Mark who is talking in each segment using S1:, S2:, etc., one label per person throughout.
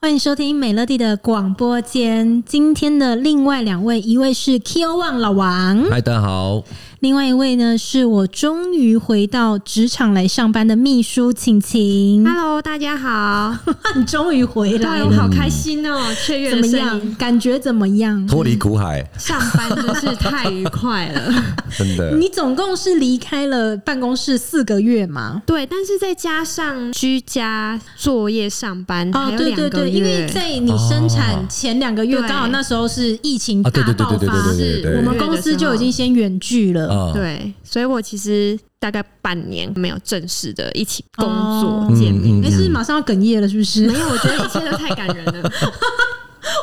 S1: 欢迎收听美乐蒂的广播间。今天的另外两位，一位是 Q 旺老
S2: 嗯
S1: 王，
S3: 嗨，大家好，
S1: 另外一位呢是我终于回到职场来上班的秘书晴晴。
S2: Hello，大家 好，
S1: 你终于回来
S2: 哎，
S1: 了
S2: 我，好开心哦、雀跃
S1: 怎
S2: 的
S1: 么
S2: 声音，
S1: 样？感觉怎么样？
S3: 脱离苦海，
S2: 上班真是太愉快 了。
S3: 真的，
S1: 你总共是离开了办公室四个月吗？
S2: 对，但是再加上居家作业上班，还
S1: 哦，
S2: 有
S1: 对
S2: 两
S1: 对
S2: 个
S1: 对，
S2: 月，
S1: 因为在你生产前两个月，
S2: 对
S1: 刚好那时候是疫情大
S3: 啊对对对
S1: 爆
S3: 对对对
S1: 发
S3: 对，对对，
S1: 我们公司就已经先远距了，
S3: 啊，
S2: 对，所以我其实大概半年没有正式的一起工
S1: 哦
S2: 作
S1: 嗯
S2: 见面。
S1: 哎，是马上要哽咽了，是不
S3: 嗯
S1: 是？
S2: 没有，我觉得一切都太感人了，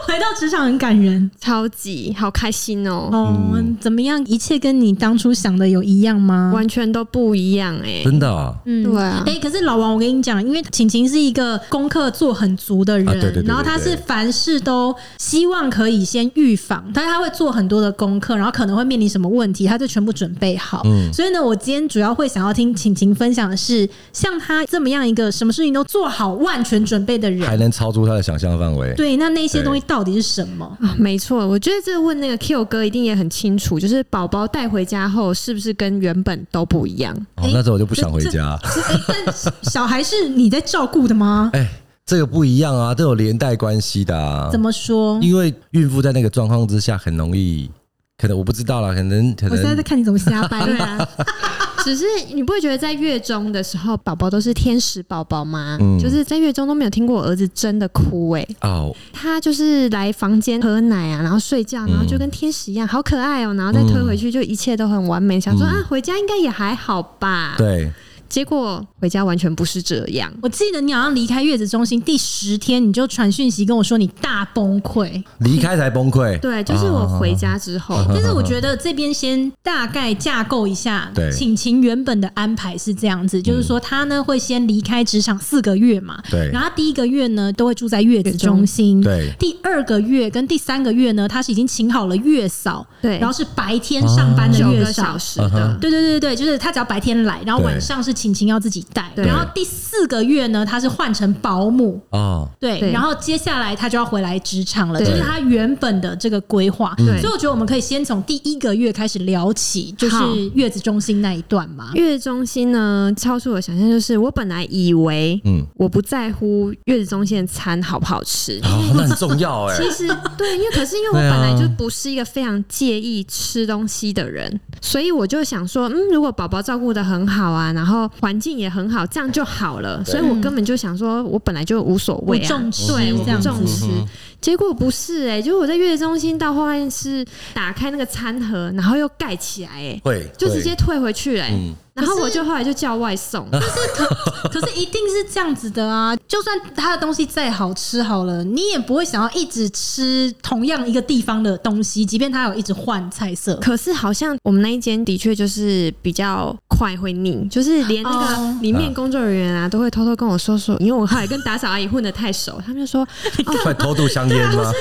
S1: 回到职场很感人
S2: 超级好开心哦、
S3: 嗯
S1: 哦。怎么样？一切跟你当初想的有一样
S3: 嗯
S1: 吗？
S2: 完全都不一样哎、
S3: 真的啊，
S1: 嗯
S2: 对啊
S1: 哎、可是老王，我跟你讲，因为晴晴是一个功课做很足的人，
S3: 啊对对对对
S1: 然后他是凡事都希望可以先预防，但是他会做很多的功课，然后可能会面临什么问题，他就全部准备
S2: 哦
S1: 好。
S3: 嗯
S1: 所以呢，我今天主要会想要听晴晴分享的是，像他这么样一个什么事情都做好万全准备的
S3: 还
S2: 啊
S1: 人，
S3: 能超出他的想象范围，
S1: 对，那那些东西到底是什么？
S2: 啊，没错，我觉得这问那个 Q 哥一定也很清楚，就是宝宝带回家后是不是跟原本都不一样？
S3: 哦，那时候我就不想回家，
S1: 哎、但小孩是你在照顾的 吗？
S3: 哎，这个不一样啊，这有连带关系的啊，
S1: 怎么说？
S3: 因为孕妇在那个状况之下，很容易，可能我不知道啦，可能可
S1: 我现在在
S3: 能
S1: 看你怎么瞎掰。
S2: 对啊， 只是你不会觉得在月中的时候，宝宝都是天使宝宝吗？
S3: 嗯
S2: 就是在月中都没有听过我儿子真的哭诶、
S3: 哦，
S2: 他就是来房间喝奶啊，然后睡
S3: 嗯
S2: 觉，然后就跟天使一样，好可爱哦、然后再推回去，就一切都很完美。想说啊，回家应该也还好吧？。
S3: 嗯对，
S2: 结果回家完全不是这样。
S1: 我记得你好像离开月子中心第十天，你就传讯息跟我说你大崩 溃。
S3: 离开才崩溃，
S2: 对，就是
S3: 啊
S2: 我回家之后，
S3: 嗯
S1: 但是我觉得这边先大概架构一下，
S3: 对嗯
S1: 请晴原本的安排是这样子，就是说她呢会先离开职场四个月嘛，
S3: 对
S1: 然后她第一个月呢都会住在月子中心，
S3: 对
S1: 第二个月跟第三个月呢，她是已经请好了月嫂，
S2: 对
S1: 然后是白天上班的
S3: 哦
S2: 九
S1: 月
S2: 个
S1: 嫂
S2: 小，时
S3: 嗯
S2: 的，
S1: 对对对对，就是他只要白天来，然后
S3: 对
S1: 晚上是晴晴要自己带，
S2: 对
S1: 然后第四个月呢，他是换成保姆，
S3: 哦，
S1: 对，
S2: 对
S1: 然后接下来他就要回来职场了，这
S2: 对嗯
S1: 是他原本的这个规划。
S2: 对
S1: 所以我觉得我们可以先从第一个月开始聊起，就是
S2: 好
S1: 月子中心那一段嘛。
S2: 月子中心呢，超出我想象，就是我本来以为，
S3: 嗯
S2: 嗯，我不在乎月子中心的餐好不好吃。
S3: 哦，那很重要哎，
S2: 其实对，因为可是因为我
S3: 对
S2: 本
S3: 啊
S2: 来就不是一个非常介意吃东西的人，所以我就想说，嗯，如果宝宝照顾的很好啊，然后环境也很好，这样就好了。所以我根本就想说，我本来就无所谓
S1: 不
S2: 啊，
S1: 重视
S2: 对，我
S1: 这样
S2: 不
S1: 子
S2: 重视。
S3: 嗯
S2: 结果不是哎、就是我在月子中心到后面是打开那个餐盒，然后又盖起来哎、
S3: 会
S2: 就直接
S3: 会
S2: 退回去嘞、
S3: 嗯
S2: 然后
S1: 可是
S2: 我就后来就叫外送，
S1: 可是一定是这样子的啊，就算他的东西再好吃好了，你也不会想要一直吃同样一个地方的东西，即便他有一直换菜色。
S2: 可是好像我们那一间的确就是比较快会腻，就是连那
S1: 哦
S2: 个里面工作人员啊都会偷偷跟我说说，因为我后来跟打扫阿姨混得太熟，他们就说，哦啊
S3: 快偷渡香烟吗？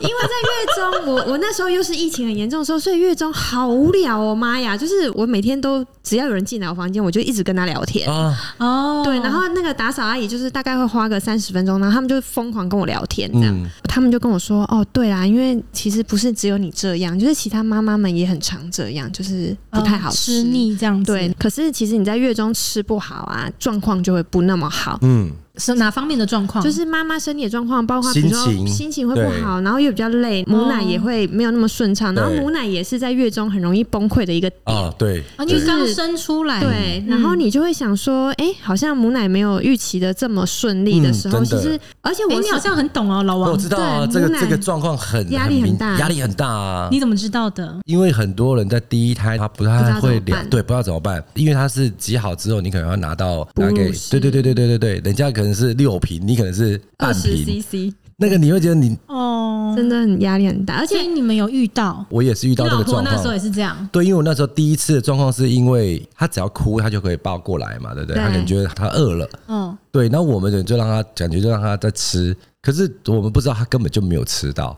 S2: 因为 在月中，我我那时候又是疫情很严重的时候，所以月中好无聊哦，妈呀！就是我每天都只要有人进来我房间，我就一直跟他聊天。
S3: 啊，
S1: 哦，
S2: 对，然后那个打扫阿姨就是大概会花个三十分钟，然后他们就疯狂跟我聊天，这样、
S3: 嗯
S2: 他们就跟我说：“哦，对啦，因为其实不是只有你这样，就是其他妈妈们也很常这样，就是不太好
S1: 嗯吃腻这样子。
S2: 对，可是其实你在月中吃不好啊，状况就会不那么好。
S3: 嗯，
S1: 是哪方面的状况？
S2: 就是妈妈身体的状况，包括比如说
S3: 心情
S2: 心情会不好，然后又比较
S1: 嗯
S2: 累，母奶也会没有那么顺畅，然后
S3: 对
S2: 母奶也是在月中很容易崩溃的一个点。
S3: 啊，对，
S1: 啊，
S2: 就
S1: 你
S2: 哦是
S1: 刚生出来，
S2: 对
S1: 嗯，
S2: 然后你就会想说，哎、好像母奶没有预期的这么顺利的时候，
S3: 嗯真
S2: 其
S3: 的
S2: 实而且
S1: 哎、
S2: 我
S1: 你好像很懂哦，老
S3: 我
S1: 王，
S3: 知道啊，
S2: 对
S3: 这个
S2: 母奶
S3: 这个状况很
S2: 压力很
S3: 明
S2: 大
S3: 压力很大啊，
S1: 你怎么知道的？
S3: 因为很多人在第一胎他不
S2: 不知
S3: 太
S2: 道怎
S3: 会
S2: 么
S3: 聊，
S2: 办
S3: 对，不知道怎么办，因为他是挤好之后，你可能要拿到拿
S2: 哺
S3: 给
S2: 乳，室
S3: 对对对对对对对，人家可能是六瓶，你可能是
S2: 二
S3: 半
S2: 十
S3: 瓶，
S2: CC，
S3: 那个你会觉得你，
S1: 哦，
S2: 真的很压力很大，而
S1: 所以
S2: 且。
S1: 你们有遇到？
S3: 我也是遇到
S1: 你
S3: 这
S1: 老
S3: 个
S1: 婆
S3: 状
S1: 那时候
S3: 况
S1: 也。是这样，
S3: 对，因为我那时候第一次的状况是因为他只要哭，他就可以抱过来嘛，对不对？
S2: 对
S3: 他可能觉得他饿了，
S1: 嗯，
S3: 对，那我们人就让他感觉就让他在吃，可是我们不知道他根本就没有吃到，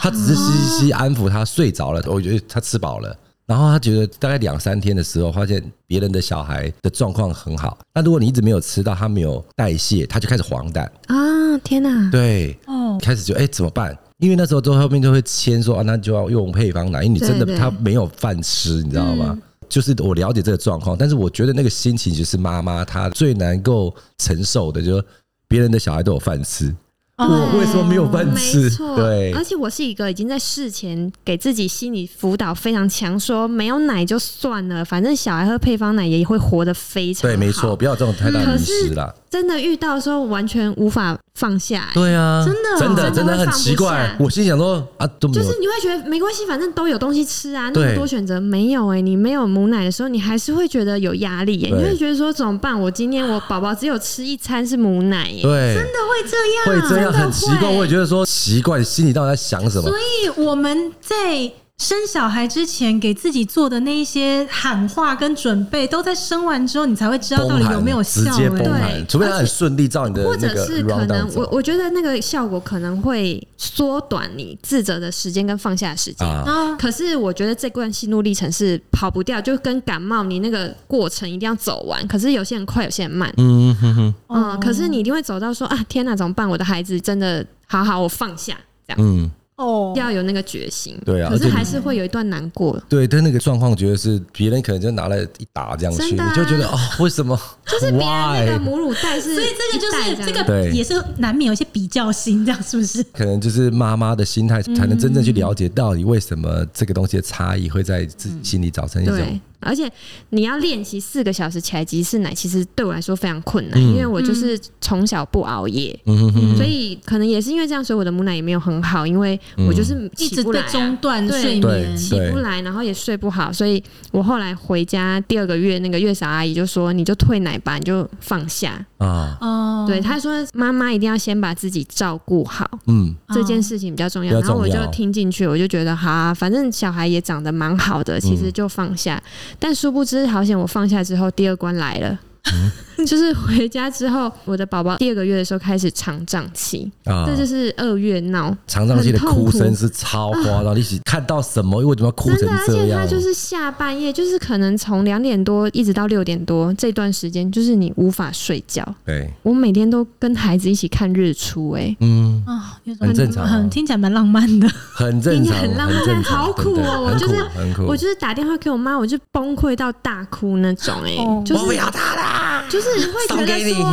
S3: 他只是嘻嘻安抚他睡着了，我觉得他吃饱了，然后他觉得大概两三天的时候，发现别人的小孩的状况很好。那如果你一直没有吃到，他没有代谢，他就开始黄疸。
S2: 啊！天哪，
S3: 对，
S1: 哦，
S3: 开始就哎、怎么办？因为那时候都后面就会签说啊，那就要用配方奶，因为你真
S2: 对
S3: 的
S2: 对
S3: 他没有饭吃，你知道
S2: 嗯
S3: 吗？就是我了解这个状况，但是我觉得那个心情就是妈妈她最难够承受的，就是别人的小孩都有饭吃，我为什么没有饭
S2: 哦没
S3: 吃？
S2: 错，啊
S3: 对
S2: 而且我是一个已经在事前给自己心理辅导非常强，说没有奶就算了，反正小孩喝配方奶也会活得非常
S3: 对，没
S2: 好
S3: 错，。不要有这种太大的
S2: 可
S3: 迷
S2: 是
S3: 失啦。
S2: 真的遇到的时候完全无法放下、欸
S3: 对啊，
S1: 真的哦
S3: 真的
S2: 真
S3: 真
S2: 的
S3: 的
S2: 会
S3: 很
S2: 放不
S3: 奇怪
S2: 下。
S3: 我心想说啊，都没
S2: 就
S3: 有
S2: 是你会觉得没关系，反正都有东西吃啊，那
S3: 对
S2: 么多选择没有哎、你没有母奶的时候，你还是会觉得有压力耶、
S3: 对
S2: 你会觉得说怎么办？我今天我宝宝只有吃一餐是母奶哎耶、
S3: 对，
S1: 真的会这样，
S3: 会这样
S2: 啊真的
S3: 很奇怪。
S2: 会
S3: 我也觉得说奇怪，心里到底在想什么？
S1: 所以我们在生小孩之前给自己做的那一些喊话跟准备，都在生完之后你才会知道到
S3: 崩
S1: 底
S3: 盘
S1: 有没有
S3: 直
S1: 效、
S3: 接崩
S1: 欸。
S3: 盘，除非他很顺利照你的
S2: 或
S3: 那
S2: 者
S3: 个
S2: 是可
S3: round down
S2: 能我
S3: 走
S2: 我觉得那个效果可能会缩短你自责的时间跟放下的时间。
S3: 啊，
S1: 啊，
S2: 可是我觉得这段心路历程是跑不掉，就跟感冒，你那个过程一定要走完。可是有些人快，有些人慢，
S3: 嗯哼哼，
S2: 嗯，
S1: 哦
S2: 可是你一定会走到说啊，天哪，怎么办？我的孩子真的，好好，我放下，这样、
S3: 嗯，
S1: 哦，
S2: 要有那个决心。
S3: 对啊
S2: 可是
S3: 而且你
S2: 还是会有一段难过，
S3: 对，但那个状况觉得是别人可能就拿了一打这样去，
S2: 真的啊
S3: 你就觉得哦，为什么？
S2: 就是别人那个
S3: Why？
S2: 母乳带是一
S1: 所
S2: 袋
S1: 以
S2: 样，
S1: 这个就是这个
S3: 对
S1: 也是难免有一些比较心，这样是不是？
S3: 可能就是妈妈的心态，才能真正去了解到底为什么这个东西的差异会在自己心里造成一种
S2: 嗯对，而且你要练习四个小时起来即是奶，其实对我来说非常困难，
S3: 嗯
S2: 因为我就是从小不熬夜，
S3: 嗯哼哼
S2: 所以可能也是因为这样，所以我的母奶也没有很好，因为我
S3: 嗯
S2: 就是
S1: 一
S2: 起
S1: 直
S2: 不来
S1: 被
S2: 啊、
S1: 中断
S2: 对
S1: 睡眠
S3: 对，
S2: 起不来，然后也睡不好，所以我后来回家第二个月，那个月嫂阿姨就说：“你就退奶吧，你就放下。
S3: 啊，
S1: 哦，
S2: 对，她说：“妈妈一定要先把自己照顾好，
S3: 嗯，
S1: 哦
S2: 这件事情比较重要。”
S3: 比
S2: 然
S3: 较
S2: 后我
S3: 重要
S2: 就听进去，我就觉得好啊，反正小孩也长得蛮好
S3: 嗯
S2: 的，其实就放下。但殊不知，好险我放下之后，第二关来了。
S3: 嗯
S2: 就是回家之后，我的宝宝第二个月的时候开始肠胀气，
S3: 啊
S2: 这就是二月闹，
S3: 肠胀气的
S2: 很
S3: 哭
S2: 痛苦
S3: 声是超夸张，一起看到什么为什么要哭
S2: 真
S3: 成
S2: 的，啊而
S3: 这
S2: 且
S3: 样
S2: 他？就是下半夜，就是可能从两点多一直到六点多这段时间，就是你无法睡觉。
S3: 对，
S2: 我每天都跟孩子一起看日出、哎，
S3: 嗯，
S1: 啊，有种
S3: 很正常啊
S1: 很听起来蛮浪漫的。
S3: 很正常，
S2: 听起来很浪漫
S3: 正常，
S2: 好苦哦
S3: 真的很
S2: 我就
S3: 苦
S2: 是
S3: 很苦，
S2: 我就是打电话给我妈，我就崩溃到大哭那种、哎、
S1: 哦
S2: 就
S3: 我不
S2: 是
S3: 要他啦，
S2: 就是会觉
S3: 送给
S2: 得
S3: 你
S2: 说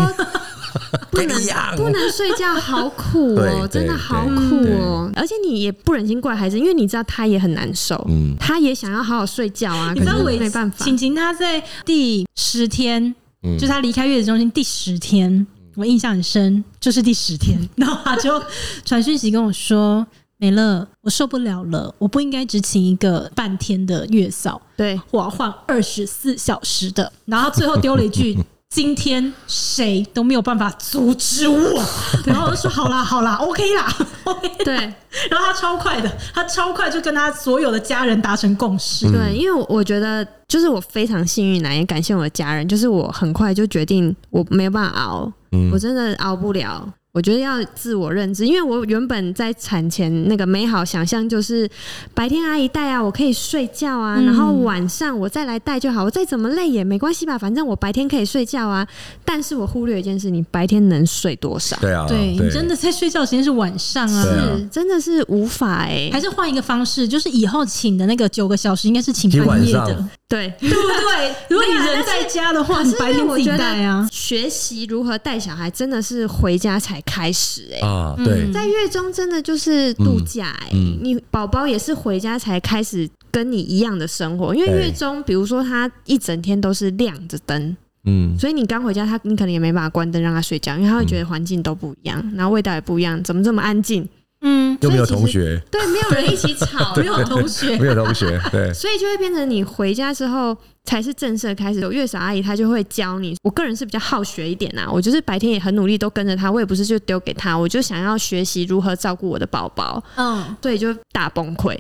S2: 不
S3: 跟
S2: 能
S3: 你一样，
S2: 不能睡觉，好苦
S3: 对
S2: 哦、真的
S3: 对
S2: 好
S3: 对
S2: 苦
S3: 对
S2: 哦、而且你也不忍心怪孩子，因为你知道他也很难受。
S3: 嗯，
S2: 他也想要好好睡觉啊，
S1: 你知道
S2: 可是
S1: 我
S2: 没办法，
S1: 晴晴她在第十天，
S3: 嗯
S1: 就是她离开月子中心第十天，我印象很深，就是第十 天，然后她就传讯息跟我说：“美乐，我受不了了，我不应该只请一个半天的月嫂，
S2: 对，
S1: 我要换二十四小时的。”然后她最后丢了一句。今天谁都没有办法阻止我，然后我就说好啦好啦，OK 啦，OK
S2: 对，
S1: 然后他超快的，他超快就跟他所有的家人达成共
S3: 嗯
S1: 识。
S2: 对，因为我我觉得就是我非常幸运啦，也感谢我的家人，就是我很快就决定我没有办法熬，
S3: 嗯
S2: 我真的熬不了。我觉得要自我认知，因为我原本在产前那个美好想象就是白天阿姨带啊，我可以睡觉啊，
S1: 嗯
S2: 然后晚上我再来带就好，我再怎么累也没关系吧，反正我白天可以睡觉啊。但是我忽略一件事，你白天能睡多少？
S3: 对啊，
S1: 对你真的在睡觉时间是晚上啊，
S3: 对啊
S2: 是真的是无法哎、
S1: 还是换一个方式，就是以后请的那个九个小时应该是请
S3: 其实
S1: 半
S3: 晚
S1: 夜
S3: 上
S1: 的，
S2: 对。啊
S1: 对不对？啊如果你人在家的话，你 白天自己带啊。
S2: 学习如何带小孩真的是回家才开始哎、
S3: 啊，对
S1: 嗯，
S2: 在月中真的就是度假哎、
S3: 嗯嗯
S2: 你宝宝也是回家才开始跟你一样的生活，因为
S3: 对
S2: 月中比如说他一整天都是亮着灯，
S3: 嗯，
S2: 所以你刚回家他你可能也没办法关灯让他睡觉，因为他会觉得环境都不一样，然后味道也不一样，怎么这么安静？
S1: 嗯，
S3: 又没有同学，
S2: 对，没有人一起吵，
S1: 没有同学
S3: 没有同学，对，
S2: 所以就会变成你回家之后才是正式的开始。有月嫂阿姨她就会教你。我个人是比较好学一点啦，啊我就是白天也很努力，都跟着她，我也不是就丢给她，我就想要学习如何照顾我的宝宝，
S1: 嗯，
S2: 所以就大崩溃，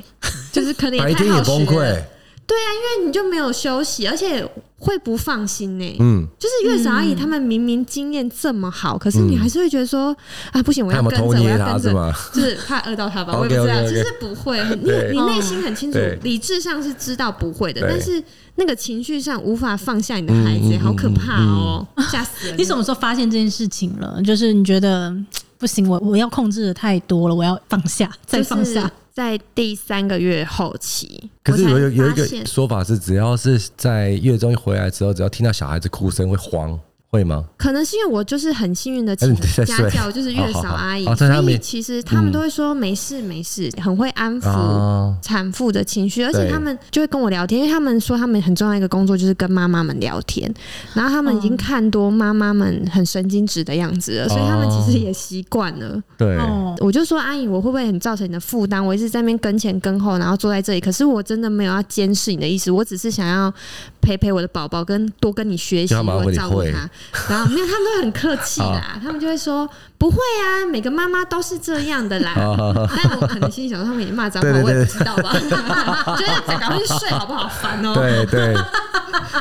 S2: 就是可能
S3: 白
S2: 也太
S3: 天也
S2: 好
S3: 崩
S2: 学了。
S3: 溃，
S2: 那你就没有休息，而且会不放心呢、
S3: 嗯，
S2: 就是月嫂阿姨他们明明经验这么好，可是
S3: 嗯
S2: 你还是会觉得说啊，不行，我
S3: 他
S2: 要
S3: 们
S2: 跟着，
S3: 偷
S2: 我
S3: 捏
S2: 要
S3: 他
S2: 跟
S3: 是
S2: 着，
S3: 吗？
S2: 就是怕饿到他吧，我也
S3: OK，OK，OK
S2: 不知道。其实不会， 你
S3: 对
S2: 你内心很清楚
S3: 对，
S2: 理智上是知道不会的，
S3: 对
S2: 但是那个情绪上无法放下你的孩子，
S3: 嗯嗯嗯
S2: 好可怕哦，吓死人！
S1: 你什么时候发现这件事情了？就是你觉得嘖不行，我我要控制的太多了，我要放下，再放下。？
S2: 在第三个月后期，
S3: 可是
S2: 我才
S3: 有有有一
S2: 发现
S3: 个说法是，只要是在月中一回来之后，只要听到小孩子哭声会慌，会吗？
S2: 可能是因为我就是很幸运的请
S3: 哎你 在
S2: 家
S3: 睡
S2: 教，就是月
S3: 好
S2: 嫂
S3: 好好
S2: 阿姨，
S3: 哦在
S2: 所
S3: 他
S2: 以
S3: 们
S2: 其实他们都会说没事没事，很会安抚
S3: 啊，
S2: 产妇的情绪，而且
S3: 对
S2: 他们就会跟我聊天，因为他们说他们很重要一个工作就是跟妈妈们聊天，然后他们已经看多妈妈们很神经质的样子了，所以他们其实也习惯了。
S3: 对，
S1: 哦，
S2: 我就说阿姨，我会不会很造成你的负担？我一直在那边跟前跟后，然后坐在这里，可是我真的没有要监视你的意思，我只是想要陪陪我的宝宝，跟多跟你学习，
S3: 干嘛
S2: 我
S3: 会
S2: 照顾
S3: 会
S2: 他。然后没有，他们都很客气啦， 他们就会说不会啊，每个妈妈都是这样的啦。
S3: 啊，
S2: 但我可能心里想说，他们也骂脏话，
S3: 对对
S2: 我
S3: 对
S2: 也不知道吧。 就是赶快去睡好不好？烦哦，
S3: 对对，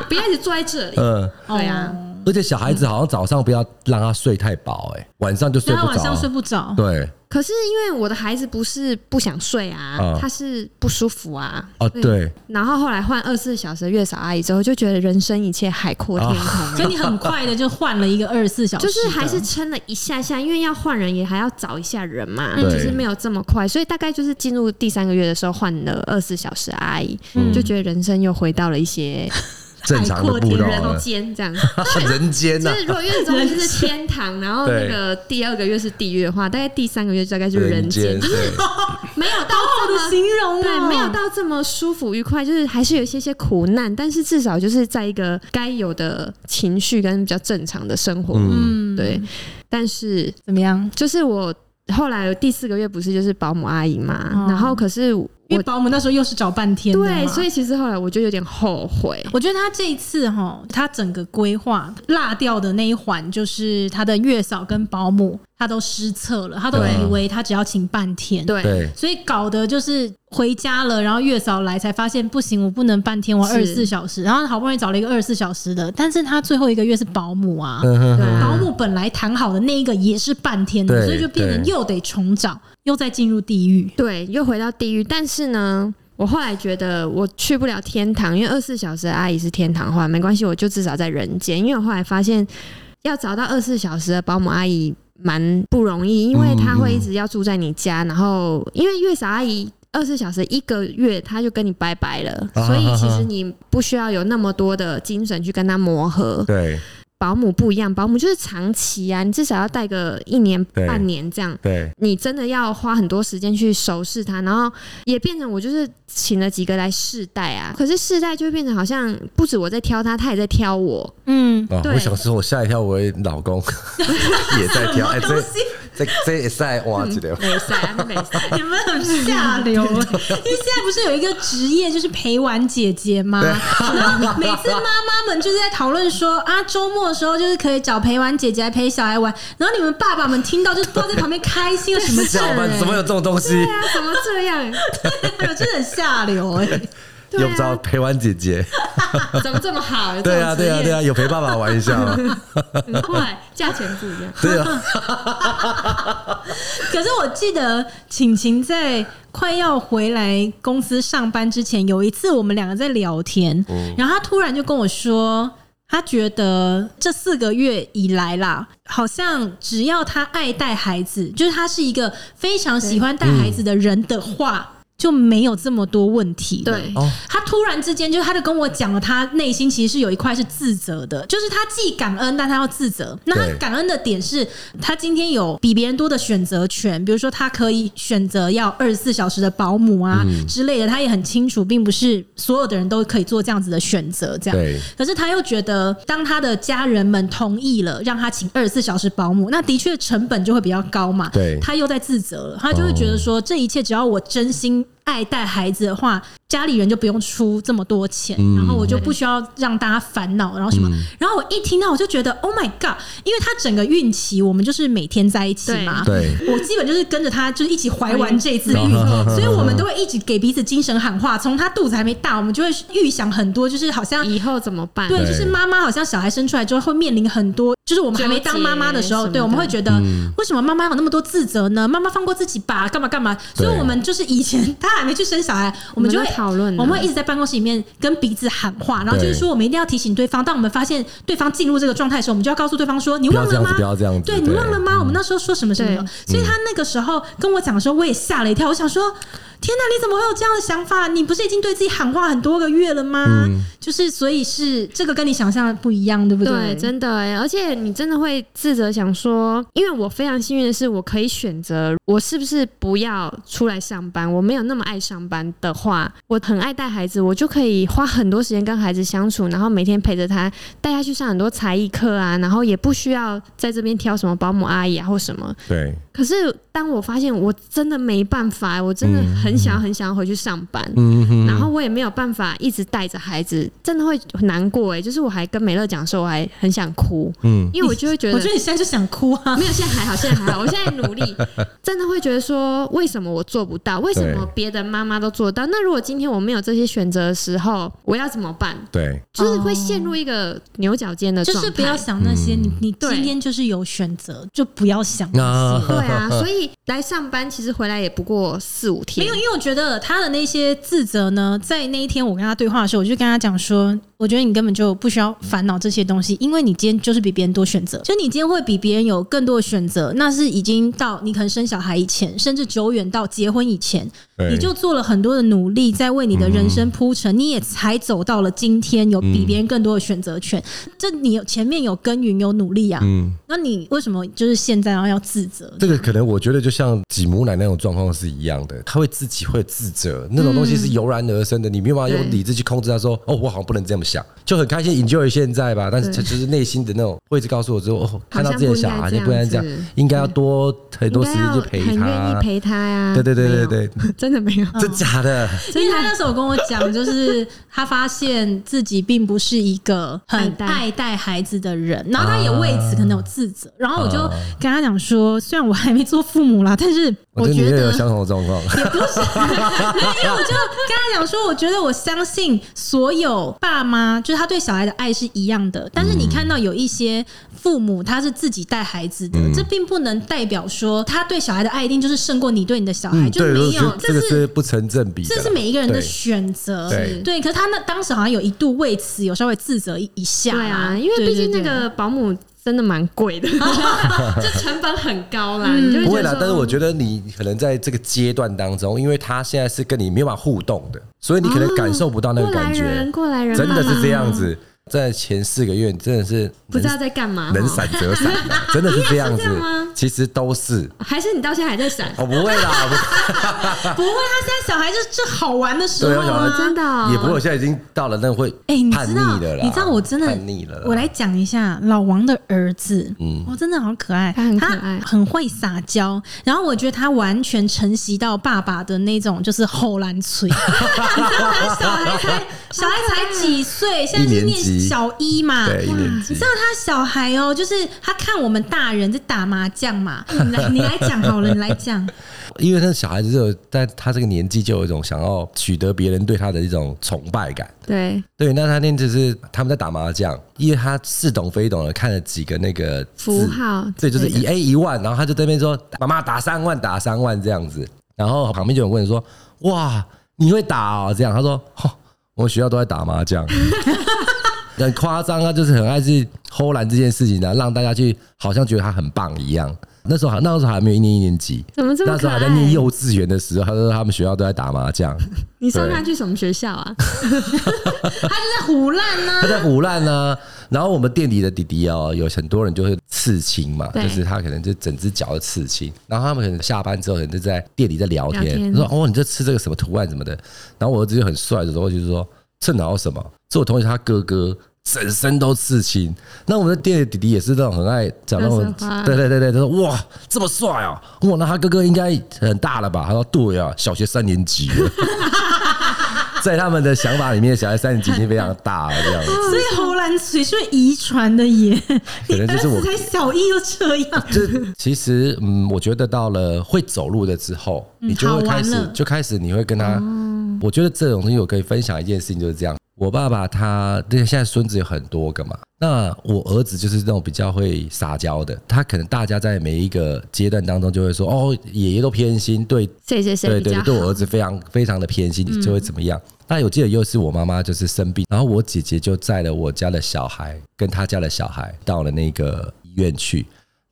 S2: 不要一直坐在这里。
S3: 嗯，
S2: 对啊，
S3: 而且小孩子好像早上不要让他睡太饱，哎，晚上就睡
S1: 所以他
S3: 不
S1: 晚上睡
S3: 着，
S1: 不 着。
S3: 对，
S2: 可是因为我的孩子不是不想睡啊
S3: 嗯，
S2: 他是不舒服啊。
S3: 哦对，
S2: 然后后来换二十四小时的月嫂阿姨之后，就觉得人生一切海阔天空。
S1: 所以你很快的就换了一个二十四小时 的，
S2: 就是还是撑了一下下，因为要换人也还要找一下人嘛，
S3: 对
S2: 就是没有这么快，所以大概就是进入第三个月的时候换了二十四小时阿姨，就觉得人生又回到了一些
S3: 正常的步道
S2: 人
S3: 了，
S2: 间这样。
S3: 人间
S2: 就
S3: 呐，
S2: 是如果月中就是天堂，然后那个第二个月是地狱的话，大概第三个月大概就是人间，就是
S3: 对，
S2: 没 有到
S1: 好
S2: 这
S1: 的
S2: 么
S1: 形容哦
S2: 对，没有到这么舒服愉快，就是还是有一些些苦难，但是至少就是在一个该有的情绪跟比较正常的生活。
S1: 嗯，
S3: 嗯，
S2: 对，但是
S1: 怎么样？
S2: 就是我后来第四个月不是就是保姆阿姨嘛，
S1: 嗯
S2: 然后可是我
S1: 因为保姆那时候又是找半天的嘛，啊
S2: 对，所
S1: 以
S2: 以其实后来我就有点后悔。
S1: 我觉得他这一次哈，他整个规划落掉的那一环，就是他的月嫂跟保姆，他都失策了，他都
S3: 对啊
S1: 以为他只要请半天，
S2: 对，
S3: 对，
S1: 所以搞得就是回家了，然后月嫂来才发现不行，我不能半天，我
S2: 是
S1: 二十四小时，然后好不容易找了一个二十四小时的，但是他最后一个月是保姆啊，
S3: 嗯哼
S2: 对啊
S1: 保姆本来谈好的那一个也是半天的，
S3: 对
S1: 所以就变成
S3: 对
S1: 又得重找，又再进入地狱。
S2: 对，又回到地狱。但是呢，我后来觉得我去不了天堂，因为二十四小时的阿姨是天堂的话，没关系，我就至少在人间。因为我后来发现，要找到二十四小时的保姆阿姨蛮不容易，因为她会一直要住在你家，然后因为月嫂阿姨。二十四小时一个月，她就跟你拜拜了，
S3: 啊
S2: 所以其实你不需要有那么多的精神去跟她磨合。
S3: 对
S2: 保姆不一样，保姆就是长期啊，你至少要带个一年
S3: 对
S2: 半年这样。
S3: 对，
S2: 你真的要花很多时间去熟视它，然后也变成我就是请了几个来试戴啊，可是试戴就会变成好像不止我在挑他，他也在挑我，
S1: 嗯，
S3: 啊，
S2: 对
S3: 我想说，我吓一跳，我老公 也在跳，哎，
S1: 东
S3: 这
S1: 西
S3: 这这也在哇，这个
S2: 没塞，他没啊塞。
S1: 你们很下 流、欸，因为现在不是有一个职业就是陪玩姐姐吗？然后 每次妈妈们就是在讨论说啊，周末的时候就是可以找陪玩姐姐来陪小孩玩，然后你们爸爸们听到就是不知道在旁边开心了什么事
S3: 小
S1: 儿、
S3: 班怎么有这种东西
S2: 对？啊，怎么这样？
S1: 欸，真的很下流哎、欸，
S2: 对
S3: 用不
S2: 啊
S3: 着，陪玩姐姐，
S2: 怎么这么 好？
S3: 对啊，对啊，对啊，有陪爸爸玩一下 吗？
S2: 啊，很快，价钱不一样。
S3: 对啊，
S1: 可是我记得晴晴在快要回来公司上班之前，有一次我们两个在聊天，然后她突然就跟我说。她觉得这四个月以来啦，好像只要她爱带孩子，就是她是一个非常喜欢带孩子的人的话，就没有这么多问题了。
S2: 对，
S3: 哦，
S1: 他突然之间就，他就跟我讲了，他内心其实是有一块是自责的，就是他既感恩，但他要自责。那他
S3: 对
S1: 感恩的点是，他今天有比别人多的选择权，比如说他可以选择要二十四小时的保姆啊、之类的，他也很清楚，并不是所有的人都可以做这样子的选择。这样，
S3: 对
S1: 可是他又觉得，当他的家人们同意了让他请二十四小时保姆，那的确成本就会比较高嘛。
S3: 对
S1: 他又在自责了，他就会觉得说，这一切只要我真心爱带孩子的话，家里人就不用出这么多钱，
S3: 嗯
S1: 然后我就不需要让大家烦恼，然后什么。然后我一听到我就觉得 Oh my God，因为他整个孕期我们就是每天在一起
S2: 对
S1: 嘛，
S3: 对，
S1: 我基本就是跟着他，就是一起怀完这一次孕
S3: 没错，
S1: 所以我们都会一直给彼此精神喊话。从他肚子还没大，我们就会预想很多，就是好像
S2: 以后怎么办？
S1: 对，
S3: 对
S1: 就是妈妈好像小孩生出来之后会面临很多，就是我们还没当妈妈的时
S2: 纠
S1: 候，
S2: 结
S1: 对，嗯
S2: 什么的
S1: 我们会觉得为什么妈妈有那么多自责呢？妈妈放过自己吧，干嘛干嘛？所
S3: 对
S1: 以我们就是以前她还没去生小孩，我们就会
S2: 我们在讨论啊
S1: 我们会一直在办公室里面跟彼此喊话，然后就是说我们一定要提醒对方，当我们发现对方进入这个状态的时候，我们就要告诉对方说你
S3: 不
S1: 忘
S3: 要这
S1: 了
S3: 样
S1: 吗
S3: 子，不？要这样子，
S1: 对你忘了吗？我们那时候说什么什么什么？所
S2: 嗯
S1: 以他那个时候跟我讲的时候，我也吓了一跳。我想说，天哪，你怎么会有这样的想法？你不是已经对自己喊话很多个月了吗？
S2: 嗯
S1: 就是，所以是这个跟你想象的不一样，对不
S2: 对，
S1: 对？
S2: 真的哎，而且你真的会自责，想说，因为我非常幸运的是，我可以选择我是不是不要出来上班。我没有那么爱上班的话，我很爱带孩子，我就可以花很多时间跟孩子相处，然后每天陪着他，带他去上很多才艺课啊，然后也不需要在这边挑什么保姆阿姨啊或什么。
S3: 对，
S2: 可是当我发现我真的没办法，我真的
S1: 嗯
S2: 很想很想要回去上班，
S3: 嗯哼，
S2: 然后我也没有办法一直带着孩子，真的会很难过哎、就是我还跟美乐讲说，我还很想哭，
S3: 嗯，
S2: 因为我就会觉得
S1: 我觉得你现在就想哭啊！
S2: 没有，现在还好，现在还好，我现在努力，真的会觉得说，为什么我做不到？为什么别的妈妈都做到？那如果今天我没有这些选择的时候，我要怎么办？
S3: 对，
S2: 就是会陷入一个牛角尖的
S1: 哦就
S2: 状态，嗯
S1: 是不要想那些，你你
S2: 对
S1: 今天就是有选择，就不要想那些。
S3: 啊
S2: 对 啊，所以来上班其实回来也不过四五天，
S1: 没有，因为我觉得他的那些自责呢，在那一天我跟他对话的时候，我就跟他讲说，我觉得你根本就不需要烦恼这些东西，因为你今天就是比别人多选择，就你今天会比别人有更多的选择，那是已经到你可能生小孩以前，甚至久远到结婚以前，
S3: 对嗯
S1: 你就做了很多的努力，在为你的人生铺陈，你也才走到了今天，有比别人更多的选择权。这你有前面有耕耘，有努力啊，
S3: 嗯，
S1: 那你为什么就是现在然后要自责？
S3: 这个可能我觉得就像挤母奶那种状况是一样的，他会自己会自责，那种东西是油然而生的，你没有办法用理智去控制他说，哦，我好像不能这么想，就很开心 enjoy 现在吧，但是就是内心的那种会一直告诉我说，哦，看到自己的小孩就不能这样，应该要多很
S2: 应
S3: 多
S2: 该
S3: 时间
S2: 要
S3: 去
S2: 很
S3: 陪
S2: 愿意
S3: 他，
S2: 陪他呀、
S3: 对对对对
S2: 对，真的没有，
S1: 哦
S3: 真假的，
S1: 因为他那时候跟我讲， 就是他发现自己并不是一个
S2: 爱
S1: 很
S2: 戴
S1: 爱带孩子的人，
S3: 啊
S1: 然后他也为此可能有自责。然后我就跟他讲说，虽然我还没做父母啦，但是
S3: 我
S1: 我
S3: 觉得
S1: 觉
S3: 你也
S1: 得
S3: 有相同的状况，
S1: 因为我就跟他讲说，我觉得我相信所有爸妈，就是他对小孩的爱是一样的。但是
S3: 嗯
S1: 你看到有一些父母他是自己带孩子的，
S3: 嗯
S1: 这并不能代表说他对小孩的爱一定就是胜过你对你的小孩，
S3: 嗯，
S1: 就
S3: 对，
S1: 没
S3: 我觉
S1: 有
S3: 得，这
S1: 这
S3: 个
S1: 是
S3: 是不成正比的啦，
S1: 这是每一个人的
S3: 对
S1: 选择。
S3: 对
S1: 对，可是他那当时好像有一度为此有稍微自责一一下
S2: 对
S1: 啦，
S2: 啊，因为毕竟那
S1: 对对
S2: 个保姆真的蛮贵的，这成本很高啦，你就
S3: 不会
S2: 会觉得
S3: 啦
S2: 说，
S3: 但是我觉得你可能在这个阶段当中，因为他现在是跟你没有办法互动的，所以你可能感受不到那个
S2: 过哦来
S3: 感觉，
S2: 人，过来人，
S3: 真的
S2: 爸爸
S3: 是这样子。在前四个月，你真的是
S2: 不
S3: 能
S2: 知道在干嘛，
S3: 能
S2: 哈
S3: 闪则闪啊， 真的是这样子
S2: 你也是这样吗。
S3: 其实都是，
S2: 还是你到现在还在闪？
S3: 哦，不会啦，
S1: 对 不会，他现在小孩就是这好玩的时
S3: 啊对
S1: 候
S3: 我想
S1: 啊
S3: 说，
S2: 真的哦
S3: 不也不会，现在已经到了那个会
S1: 哎、你
S3: 叛
S1: 知道
S3: 逆的啦。
S1: 你知道我真的
S3: 叛逆了啦，
S1: 我来讲一下老王的儿子，
S3: 嗯
S1: 嗯，我真的好可爱，
S2: 他很可爱
S1: 很会撒娇，然后我觉得他完全承袭到爸爸的那种就是后烂吹， 你知道他小孩才小孩才几岁，现在
S3: 一
S1: 是
S3: 年
S1: 念
S3: 级
S1: 小一嘛，
S3: 对一年级
S1: 你知道他小孩哦，就是他看我们大人在打麻将嘛，你来你来讲好了，你来讲，
S3: 因为那小孩子有在他这个年纪就有一种想要取得别人对他的一种崇拜感。
S2: 对，
S3: 对，那他那天就是他们在打麻将，因为他似懂非懂的看了几个那个字
S2: 符号
S3: 对，就是
S2: 之类
S3: 一 A 一万，然后他就在那边说：“妈妈打三万，打三万这样子。”然后旁边就有人问说：“哇，你会打哦？”这样他说：“哦，我们学校都在打麻 将。”很夸张啊，就是很爱去偷懒这件事情呢、啊让大家去好像觉得他很棒一样。那时候还那时候还没有一年一年级，
S2: 怎么这么
S3: 那时
S2: 可
S3: 候还
S2: 爱？
S3: 在念幼稚园的时候，他说他们学校都在打麻将，
S2: 你送
S3: 对
S2: 他去什么学校啊？
S1: 他就在胡乱啊呢、
S3: 他在胡乱呢。然后我们店里的弟弟哦，有很多人就会刺青嘛，
S2: 对
S3: 就是他可能就整只脚的刺青。然后他们可能下班之后，可能就在店里在聊
S2: 聊
S3: 天，
S2: 天
S3: 说：“哦，你这吃这个什么图案什么的。”然后我儿子就很帅的时候就说：“这哪有什么？这我同学他哥哥。”整身都刺青。那我们的店的弟弟也是那种很爱讲那种
S2: 热色花，
S3: 对对对对，他说哇这么帅哦，哇那他哥哥应该很大了吧？他说对啊，小学三年级了。 在他们的想法里面，小孩三年级已经非常大了，这样子，
S1: 所以喉兰垂是遗传的耶，
S3: 可能
S1: 你
S3: 就
S1: 儿
S3: 是我
S1: 子才小一就这样，
S3: 这其实，嗯，我觉得到了会走路的之后，你就
S1: 嗯
S3: 会
S1: 好玩
S3: 开始
S1: 了，哦
S3: 就开始你会跟他。我觉得这种东西我可以分享一件事情，就是这样。我爸爸他那现在孙子有很多个嘛，那我儿子就是那种比较会撒娇的，他可能大家在每一个阶段当中就会说，哦，爷爷都偏心，对
S2: 谁谁谁
S3: 对
S2: 比
S3: 对对，
S2: 较好？嗯
S3: 对我儿子非常非常的偏心，就会怎么样？那我记得又是我妈妈就是生病，然后我姐姐就载了我家的小孩跟她家的小孩到了那个医院去。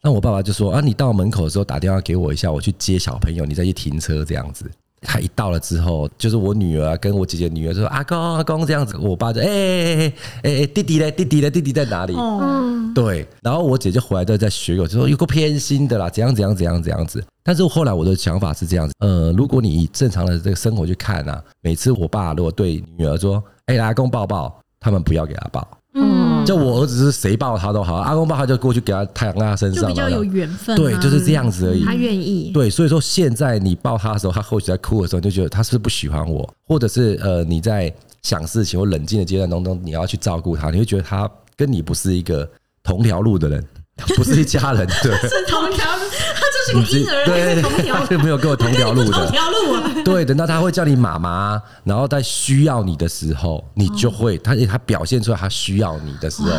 S3: 那我爸爸就说啊，你到门口的时候打电话给我一下，我去接小朋友，你再去停车这样子。他一到了之后，就是我女儿、啊、跟我姐姐女儿就说阿公阿公这样子，我爸就哎哎哎哎哎弟弟嘞弟弟嘞弟弟在哪里？
S1: 哦，
S3: 对，然后我姐就回来都在学我，就说有个偏心的啦，怎样怎样怎样怎样子。但是后来我的想法是这样子，呃，如果你以正常的这个生活去看啊，每次我爸如果对女儿说，哎、来阿公抱抱，他们不要给他抱，
S1: 嗯，
S3: 就我儿子是谁抱他都好，阿公抱他就过去给他躺在他身
S1: 就
S3: 上，
S1: 比较
S3: 然
S1: 有
S3: 后
S1: 缘分、啊，嗯
S3: 对，就是这样子而已。
S2: 他愿意，
S3: 对，所以说现在你抱他的时候，他或许在哭的时候，你就觉得他是不是不喜欢我，或者是呃你在想事情或冷静的阶段当中，你要去照顾他，你会觉得他跟你不是一个同条路的人，不是一家人，对，
S1: 是同条， 他就是
S3: 你
S1: 个婴
S3: 自己
S1: 儿，还
S3: 对
S1: 是同条
S3: 他就没有跟我同 条路
S1: 同
S3: 的。
S1: 条路啊，
S3: 对，等到他会叫你妈妈，然后在需要你的时候，你就会他他表现出来他需要你的时候，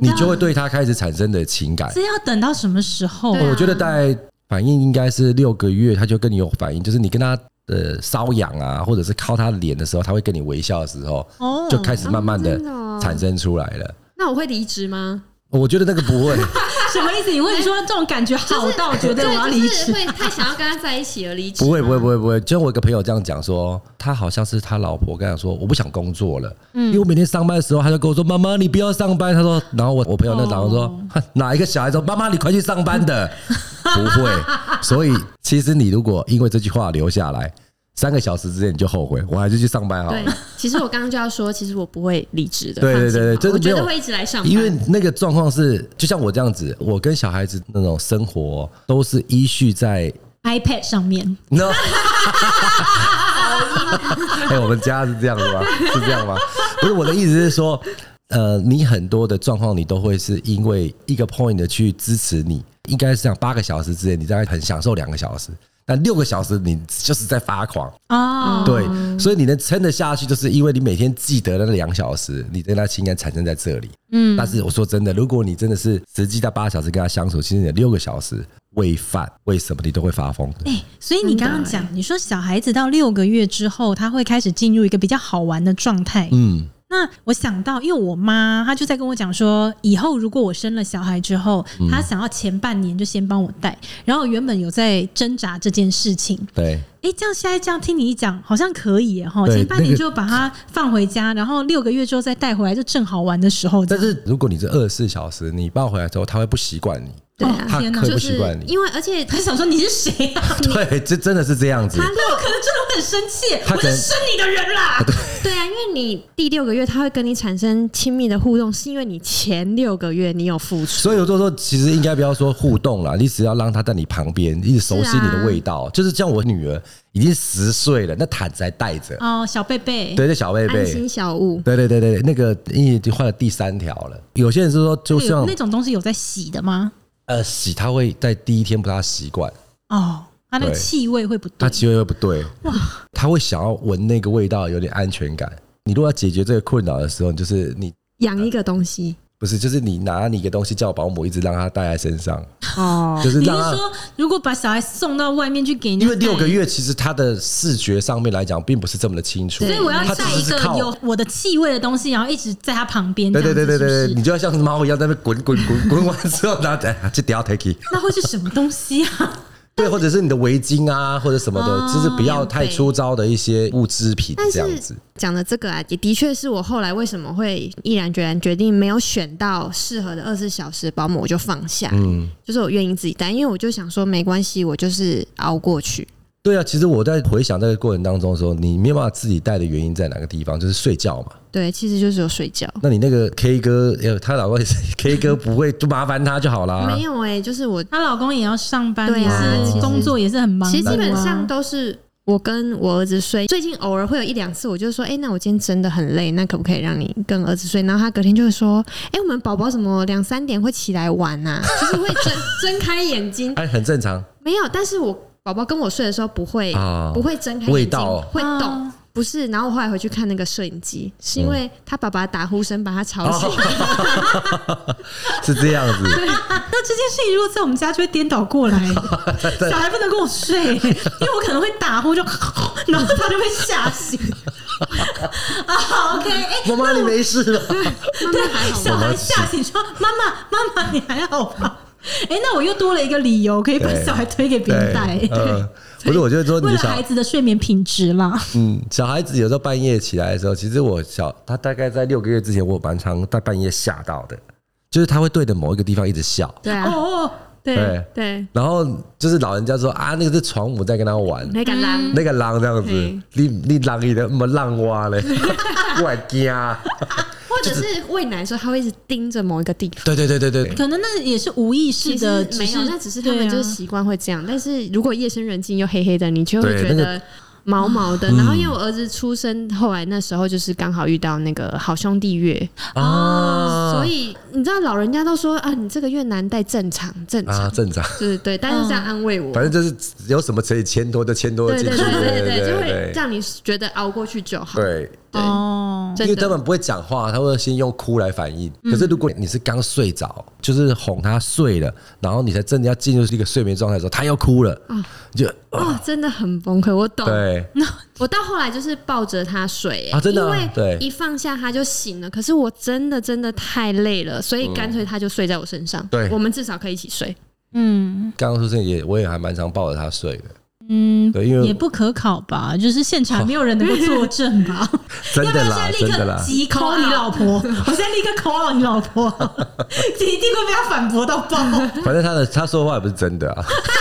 S3: 你就会对他开始产生的情感。
S1: 这要等到什么时候
S2: 对啊
S1: 啊？
S3: 我觉得大概反应应该是六个月，他就跟你有反应，就是你跟他呃瘙痒啊，或者是靠他脸的时候，他会跟你微笑的时候，
S1: 哦，
S3: 就开始慢慢的
S2: 哦真的哦
S3: 产生出来了。
S2: 那我会离职吗？
S3: 我觉得那个不会，
S1: 什么意思？你会说这种感觉好到觉得我要离
S2: 就是
S1: 职？
S2: 会太想要跟他在一起而离职吗，
S3: 不会，不会，不会，不会。就我有个朋友这样讲说，他好像是他老婆跟他说，我不想工作了，因为我每天上班的时候，他就跟我说，妈妈你不要上班。他说，然后我我朋友那老公说，
S1: 哦
S3: 哼哪一个小孩说，妈妈你快去上班的，不会。所以其实你如果因为这句话留下来。三个小时之内你就后悔，我还是去上班好了
S2: 对。，其实我刚刚就要说，其实我不会离职的。
S3: 对
S2: 放
S3: 对
S2: 心
S3: 对对
S2: 吧
S3: 真的
S2: 我觉
S3: 没
S2: 得
S3: 有
S2: 会一直来上班，
S3: 因为那个状况是，就像我这样子，我跟小孩子那种生活都是依序在
S1: iPad 上面，
S3: no。哎，我们家是这样子吗？是这样吗？不是，我的意思是说，呃，你很多的状况，你都会是因为一个 point 的去支持你，应该是这样，八个小时之内，你大概很享受两个小时，但六个小时你就是在发狂，
S1: 哦，
S3: 对，所以你能撑得下去，就是因为你每天记得那两小时，你跟他情感产生在这里。嗯，但是我说真的，如果你真的是实际到八小时跟他相处，其实你六个小时喂饭喂什么你都会发疯的。欸
S1: 哎、所以你刚刚
S2: 真
S1: 讲，你说小孩子到六个月之后，他会开始进入一个比较好玩的状态。
S3: 嗯，
S1: 那我想到，因为我妈她就在跟我讲说，以后如果我生了小孩之后，
S3: 嗯
S1: 她想要前半年就先帮我带。然后我原本有在挣扎这件事情，
S3: 对，
S1: 哎、这样现在这样听你一讲，好像可以耶哈。
S3: 对
S1: 前半年
S3: 那个
S1: 就把它放回家，然后六个月之后再带回来，就正好玩的时候这
S3: 但
S1: 样。
S3: 是如果你是二十四小时，你抱回来之后，他会不习惯你，
S2: 对
S1: 哦
S2: 啊，
S3: 他
S1: 天哪
S3: 会
S2: 就
S3: 不习
S2: 是
S3: 惯你。
S2: 因为而且
S1: 她想说你是谁啊？
S3: 对，这真的是这样子。
S2: 他
S1: 那我可能真的会很生气，
S3: 她
S1: 我
S3: 可
S1: 是
S3: 能
S1: 生你的人啦。
S2: 对啊，因为你第六个月他会跟你产生亲密的互动，是因为你前六个月你有付出。
S3: 所以我就说，其实应该不要说互动啦，你只要让他在你旁边，一直熟悉你的味道。就是像我女儿已经十岁了，那毯子还带着，
S1: 哦，小贝贝，
S3: 对，那小贝
S2: 安
S3: 贝，
S2: 心小物，
S3: 对对对对，对那个已经换了第三条了。有些人是说，就
S1: 有
S3: 像
S1: 那种东西有在洗的吗？
S3: 呃洗，他会在第一天不大习惯，
S1: 哦，它那个
S3: 对
S1: 气味会不对
S3: 他。气味会不对，他会想要闻那个味道，有点安全感。你如果要解决这个困扰的时候，你就是你
S2: 养一个东西
S3: 不是就是你拿你一个东西叫保姆一直让他带在身上，
S2: 哦，
S3: 就是
S1: 啊你是
S3: 让他。
S1: 说，如果把小孩送到外面去给人家
S3: 因为六个
S1: 带，
S3: 月，其实他的视觉上面来讲，并不是这么的清楚。
S1: 所以我要
S3: 他
S1: 带
S3: 只
S1: 一
S3: 是
S1: 个
S3: 靠
S1: 有我的气味的东西，然后一直在他旁边。
S3: 对对对
S1: 这样子
S3: 对对，
S1: 是不
S3: 对你
S1: 是
S3: 就要像猫一样在那边滚滚滚滚完之后，然后哎这掉 take it。
S1: 那会是什么东西 啊？
S3: 对，或者是你的围巾啊，或者什么的，
S1: 哦
S3: 就是不要太
S2: 棉被
S3: 粗糙的一些物资品
S2: 但
S3: 这样
S2: 是
S3: 子。
S2: 讲的这个啊，也的确是我后来为什么会毅然决然决定没有选到适合的二十四小时保姆，我就放下，
S3: 嗯，
S2: 就是我愿意自己带，因为我就想说没关系，我就是熬过去。
S3: 对啊，其实我在回想这个过程当中的时候，你没有办法自己带的原因在哪个地方？就是睡觉嘛。
S2: 对，其实就是有睡觉。
S3: 那你那个 K 哥，哎呦他老公也是 K 哥，不会就麻烦他就好啦
S2: 没。有哎、就是我
S1: 她老公也要上班，
S2: 对
S1: 也
S2: 啊
S3: 嗯
S1: 是工作也是很忙碌啊，
S2: 其实基本 上都是我跟我儿子睡，最近偶尔会有一两次，我就说，哎、那我今天真的很累，那可不可以让你跟儿子睡？然后他隔天就会说，哎、我们宝宝怎么两三点会起来玩呐、就是会睁睁开眼睛，
S3: 哎，很正常。
S2: 没有，但是我宝宝跟我睡的时候不会、
S3: 啊
S2: 不会睁开
S3: 味
S2: 眼睛，
S3: 道哦
S2: 会动。
S1: 啊
S2: 不是，然后我后来回去看那个摄影机，是因为他爸爸打呼声把他吵醒。
S3: 啊 是这样子，
S1: 那这件事情如果在我们家就会颠倒过 来，小孩不能跟我睡，因为我可能会打呼就， 然后他就被吓醒。 啊，OK，哎、
S3: 妈妈你没事吧？
S2: 对，还好
S1: 小
S2: 吗？
S1: 孩吓醒说：“妈妈，妈妈，你还好 吧？”哎、那我又多了一个理由可以把
S3: 对
S1: 小孩推给别人带。
S3: 对呃不是，我就 说
S1: 为
S3: 你
S1: 了
S3: 小
S1: 孩子的睡眠品质啦，
S3: 嗯，小孩子有时候半夜起来的时候，其实我小他大概在六个月之前，我蛮常在半夜吓到的，就是他会对着某一个地方一直笑，
S2: 对
S1: 哦
S2: 啊，
S1: 哦，
S3: 对
S2: 对对，
S3: 然后就是老人家说啊，那个是床母在跟他玩，
S2: 那个狼，
S3: 那个狼这样子
S2: 嗯，
S3: 你你狼你的么浪蛙嘞，我很惊啊，
S2: 或者是喂奶的时候，他会一直盯着某一个地方。
S3: 对对对对对，
S1: 可能那也是无意识
S2: 其实
S1: 的，
S2: 没有，那只是他
S1: 对
S2: 们
S1: 啊
S2: 就是习惯会这样。但是如果夜深人静又黑黑的，你就会
S3: 对
S2: 觉
S3: 那嗯
S2: 得毛毛的。然后因为我儿子出生，后来那时候就是刚好遇到那个好兄弟月，
S1: 哦
S3: 啊，
S2: 所以你知道老人家都说啊，你这个月难带正常正
S3: 啊
S2: 常，
S3: 正常，
S2: 就是对，但是这样
S1: 嗯
S2: 安慰我。
S3: 反正就是有什么可以牵拖就牵拖
S2: 对
S3: 进
S2: 对
S3: 去，
S2: 对对
S3: 对
S2: 对，就会
S3: 对
S2: 让你觉得熬过去就好。
S3: 对。
S2: 对，
S1: 哦，
S3: 因为
S2: 真
S3: 他
S2: 的
S3: 们不会讲话，他会先用哭来反应。
S1: 嗯
S3: 可是如果你是刚睡着，就是哄他睡了，然后你才真的要进入一个睡眠状态的时候，他又哭了，
S1: 啊
S3: 你就
S2: 哦，真的很崩溃，我懂。
S3: 对
S2: 我到后来就是抱着他睡、欸
S3: 啊真的啊
S2: 因
S3: 对
S2: 为一放下他就醒了。可是我真的真的太累了，所以干脆他就睡在我身上。
S3: 对
S2: 我们至少可以一起睡。
S1: 嗯
S3: 刚刚说这也我也还蛮常抱着他睡的，
S1: 嗯，
S3: 对，因
S1: 也
S3: 为
S1: 不可考吧，就是现场没有人能够作证吧。
S3: 真
S1: 要不
S3: 的
S1: 要
S3: 啦，
S1: 现
S3: 真
S1: 在
S3: 的
S1: 立刻
S3: 啦，
S1: 急 call 你老婆？我现在立刻 call 你老婆， 你一定会被他反驳到爆。
S3: 反正他的他说话也不是真的啊，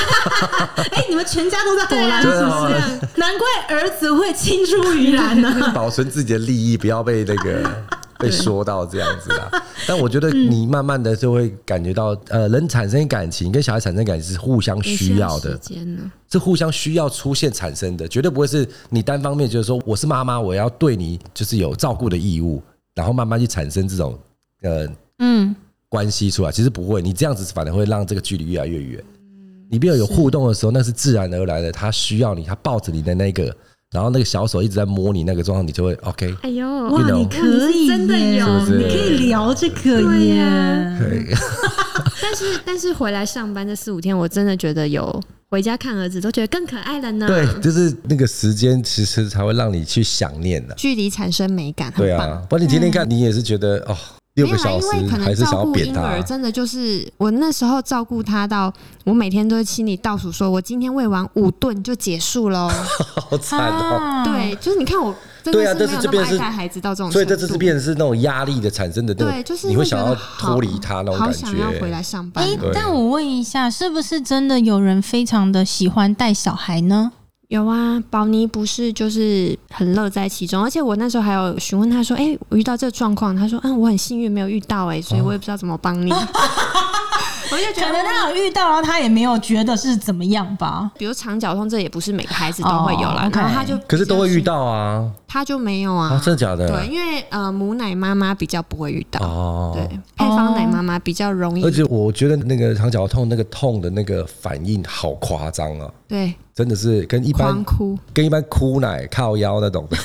S1: 哎、你们全家都在荷兰是
S3: 对
S1: 不
S3: 啊
S1: 是？难怪儿子会青出于蓝啊呢、
S3: 保存自己的利益，不要被那个被说到这样子啊。但我觉得
S1: 嗯
S3: 你慢慢的就会感觉到，呃，人产生感情跟小孩产生感情是互相需要的
S2: 啊时，间呢？
S3: 是互相需要出现产生的，绝对不会是你单方面就是说我是妈妈，我要对你就是有照顾的义务，然后慢慢去产生这种呃
S1: 嗯，
S3: 关系出来。其实不会，你这样子反而会让这个距离越来越远。
S2: 嗯
S3: 你没有有互动的时候，那是自然而然的，他需要你，他抱着你的那个，然后那个小手一直在摸你那个状况，你就会 OK。
S2: 哎呦，
S1: 哇，
S3: You know
S1: 你可以耶
S2: 真的有
S3: 是不
S1: 你
S3: 是
S1: 可以聊这个
S2: 对
S1: 耶
S2: 呀。
S3: 对，
S2: 但是但是回来上班这四五天，我真的觉得有回家看儿子都觉得更可爱了呢。
S3: 对，就是那个时间，其实才会让你去想念的、
S2: 距离产生美感，
S3: 对啊，不然你天天看，你也是觉得哦，六
S2: 嗯没有
S3: 个
S2: 啦，
S3: 小
S2: 因
S3: 时
S2: 为
S3: 还
S2: 可能
S3: 是想
S2: 照
S3: 要
S2: 顾
S3: 扁
S2: 婴
S3: 他
S2: 儿，。真的就是我那时候照顾他到我每天都会心里倒数，说我今天喂完五顿就结束喽。
S3: 好惨哦。
S2: 啊对，就是你看我真
S3: 对啊
S2: 的
S3: 但
S2: 是没
S3: 是这
S2: 有那么
S3: 边是
S2: 爱带孩子到这种程度，
S3: 所以这次是变成是那种压力的产生的那种，
S2: 对，就是
S3: 你会
S2: 会
S3: 想
S2: 觉
S3: 要
S2: 得
S3: 脱离他那种
S2: 好
S3: 感
S2: 想要回
S3: 觉。
S2: 来上班
S4: 哎、
S2: 哦。
S3: 对
S4: 但我问一下，是不是真的有人非常的喜欢带小孩呢？
S2: 有啊，宝妮不是就是很乐在其中，而且我那时候还有询问他说：“哎、我遇到这状况。”他说：“嗯，我很幸运没有遇到、
S3: 哦
S2: 哎，所以我也不知道怎么 帮你。我就
S1: 可
S2: 觉
S1: 能
S2: 得，
S1: 他有遇到，然后他也没有觉得是怎么样吧。
S2: 比如肠绞痛，这也不是每个孩子都会有啦。
S1: 哦，OK
S2: 然后他就
S3: 可是都会遇，到啊
S2: 他就没有啊。
S3: 啊，真的假的？
S2: 对，因为呃，母奶妈妈比较不会遇到，
S3: 哦，
S2: 对，配方奶妈妈比较容易
S3: 而，且我觉得那个肠绞痛那个痛的那个反应好夸张啊，
S2: 对，
S3: 真的是跟一般
S2: 狂哭。
S3: 跟一般哭奶靠腰那 种的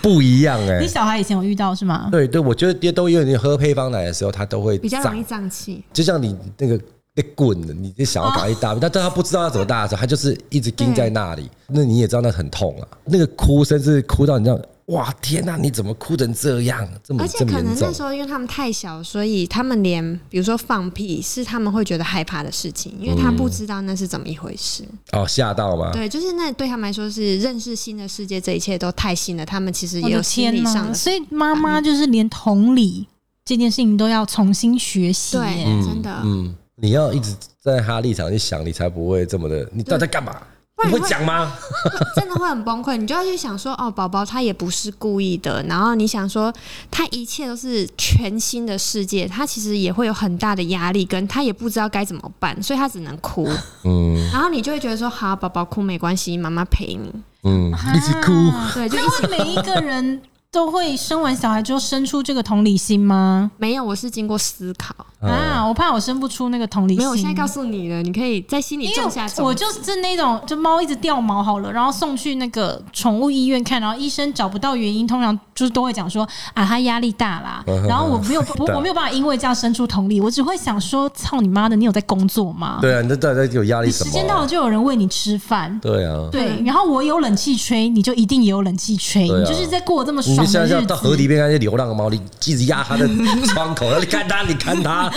S3: 不一样哎、
S1: 你小孩以前有遇到是吗？
S3: 对对，我觉得爹都有你喝配方奶的时候，他都会
S2: 比较容易
S3: 胀，
S2: 胀气，
S3: 就像你那个。那滚的，你就想要赶快
S2: 哦
S3: 大便，但但他不知道要怎么大的时候，他就是一直盯在那里。
S2: 嗯
S3: 那你也知道那很痛啊，那个哭声是哭到你这样，哇天哪、你怎么哭成这样？这么
S2: 而
S3: 嗯这
S2: 且
S3: 么
S2: 可能
S3: 严重
S2: 那时？候因为他们太小，所以他们连比如说放屁是他们会觉得害怕的事情，因为他不知道那是怎么一回事。
S3: 哦，吓到吗？
S2: 对，就是那对他们来说是认识新的世界，这一切都太新了，他们其实
S1: 我
S2: 也有
S1: 的
S2: 心理
S1: 天
S2: 上
S1: 呐！
S2: 的。
S1: 所以妈妈就是连同理这件事情都要重新学习耶。
S3: 嗯
S2: 对，真的，
S3: 嗯，你要一直在他立场去想，你才不会这么的。你到底在干嘛？
S2: 不不然
S3: 你
S2: 你
S3: 会
S2: 会
S3: 讲 吗？
S2: 真的会很崩溃。你就要去想说，哦，宝宝他也不是故意的，然后你想说他一切都是全新的世界，他其实也会有很大的压力，跟他也不知道该怎么办，所以他只能哭。
S3: 嗯
S2: 然后你就会觉得说，好，宝宝哭没关系，妈妈陪你。
S3: 嗯，一起哭。
S1: 啊
S2: 对，就
S1: 那会每一个人都会生完小孩之后生出这个同理心吗？
S2: 没有，我是经过思考，
S3: 嗯
S1: 啊，我怕我生不出那个同理心。
S2: 没有，我现在告诉你了，你可以在心里
S1: 因
S2: 种下
S1: 为
S2: 种
S1: 我
S2: 子
S1: 就是那种，就猫一直掉毛好了，然后送去那个宠物医院看，然后医生找不到原因，通常就是都会讲说啊，它压力大 啦。
S3: 嗯
S1: 然后我没有，我我没有办法因为这样生出同理，我只会想说，操你妈的，你有在工作吗？
S3: 对啊，你这到底在给我压力
S1: 你
S3: 什
S1: 时
S3: 么
S1: 间到了
S3: 啊？
S1: 就有人喂你吃饭。
S3: 对啊，
S1: 对，然后我有冷气吹，你就一定也有冷气吹，
S3: 对
S1: 你
S3: 啊
S1: 就是在过这么
S3: 你
S1: 爽
S3: 就
S1: 的
S3: 像
S1: 日
S3: 像
S1: 子。
S3: 到河堤边那些流浪的猫，你一直压它的窗口，你看它，你看 它，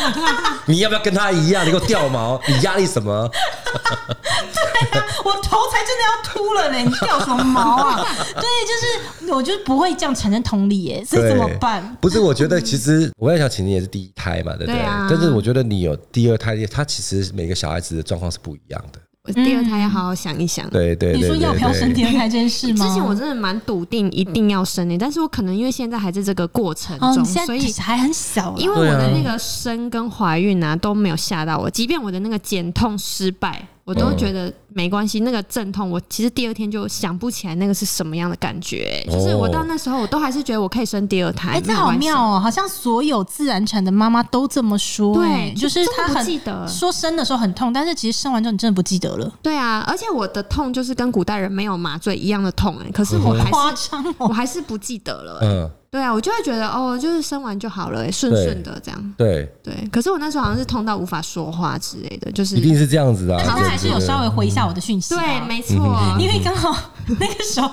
S3: 你要不要跟它一样？你给我掉毛，你压力什么？
S1: 我头才真的要秃了呢！你掉什么毛啊？ 对，就是我就是不会这样产生同理耶，所以怎么办？
S3: 不是，我觉得其实我在想，晴晴也是第一胎嘛，对不对？
S2: 对啊
S3: 但是我觉得你有第二胎，他其实每个小孩子的状况是不一样的。
S2: 我第二胎要好好想一想。
S3: 对对
S1: 你
S3: 对
S1: 说要不要生
S3: 对
S1: 第
S3: 对。
S1: 二胎这件事嗯吗？
S2: 之前我真的蛮笃定一定要生的、但是我可能因为现在还在这个过程
S1: 哦，
S2: 中，
S1: 你现
S2: 所
S1: 在
S2: 以
S1: 还很小啦，
S2: 因为我的
S3: 对啊
S2: 那个生跟怀孕啊都没有吓到我，即便我的那个减痛失败，我都觉得没关系。那个阵痛，我其实第二天就想不起来那个是什么样的感觉、
S3: 哦
S2: 就是我到那时候，我都还是觉得我可以生第二胎。
S1: 哎，这好妙
S2: 哦！
S1: 哦，好像所有自然产的妈妈都这么说，哎
S2: 对，
S1: 就是
S2: 真的
S1: 她
S2: 不记
S1: 很
S2: 得。
S1: 说生的时候很痛，但是其实生完之后你真的不记得了，
S2: 对啊，而且我的痛就是跟古代人没有麻醉一样的痛、哎，可是我还
S1: 夸
S2: 是
S1: 张
S2: 我
S1: 哦。
S2: 还是不记得了、哎
S3: 嗯，
S2: 对啊，我就会觉得哦，就是生完就好了、哎顺顺的这样。
S3: 对，
S2: 对，可是我那时候好像是痛到无法说话之类的，就是
S3: 一定是这样子的啊。
S1: 但是她还是有
S3: 对
S1: 稍微回一下我的讯息啊，
S2: 对，没
S3: 嗯
S2: 错，
S1: 因为刚好 那个时候。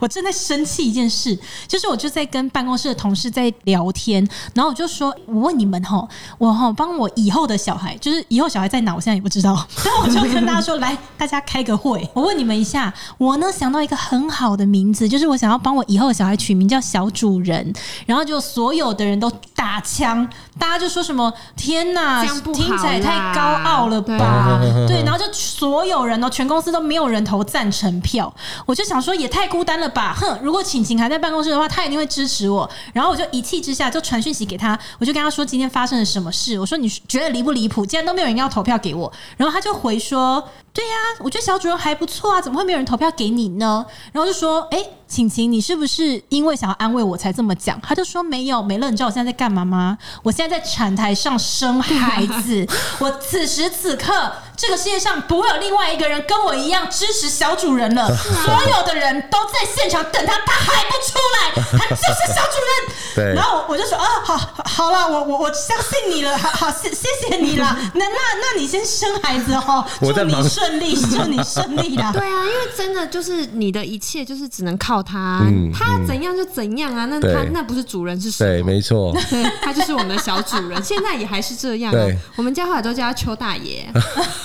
S1: 我正在生气一件事，就是我就在跟办公室的同事在聊天，然后我就说，我问你们吼，我吼帮我以后的小孩，就是以后小孩在哪，我现在也不知道， 然后我就跟大家说，来，大家开个会，我问你们一下，我呢想到一个很好的名字，就是我想要帮我以后的小孩取名叫小主人，然后就所有的人都打枪，大家就说什么，天哪，
S2: 这样不好啦
S1: 听起来也太高傲了
S2: 对
S1: 吧
S2: 啊？
S1: 对，然后就所有人哦，全公司都没有人投赞成票。我就想说，也太孤单了吧！哼，如果晴晴还在办公室的话，她一定会支持我。然后我就一气之下就传讯息给她，我就跟她说今天发生了什么事。我说你觉得离不离谱？竟然都没有人要投票给我。然后她就回说：“对呀、我觉得小主任还不错啊，怎么会没有人投票给你呢？”然后就说：“哎、晴晴，你是不是因为想要安慰我才这么讲？”她就说：“没有，没了。你知道我现在在干嘛吗？我现在在产台上生孩子。我此时此刻，这个世界上不会有另外一个人跟我一样支持小主人 了。所有的人都在现场等他，他还不出 来，他就是小主
S3: 对
S1: 人。然后我我就说：“啊，好，好了，我我我相信你了， 好，好谢谢谢你 了。那那那你先生孩子哦，
S3: 我在
S1: 祝
S3: 忙
S1: 你顺 利，祝你顺利啦。”
S2: 对啊，因为真的就是你的一切就是只能靠他，
S3: 嗯
S2: 他怎样就怎样啊，那
S3: 对
S2: 他那不是主人是
S3: 对，
S2: 谁？
S3: 没错。
S2: 他就是我们的小主 人，现在也还是这样啊
S3: 对。
S2: 我们家后来都叫他邱大 爷，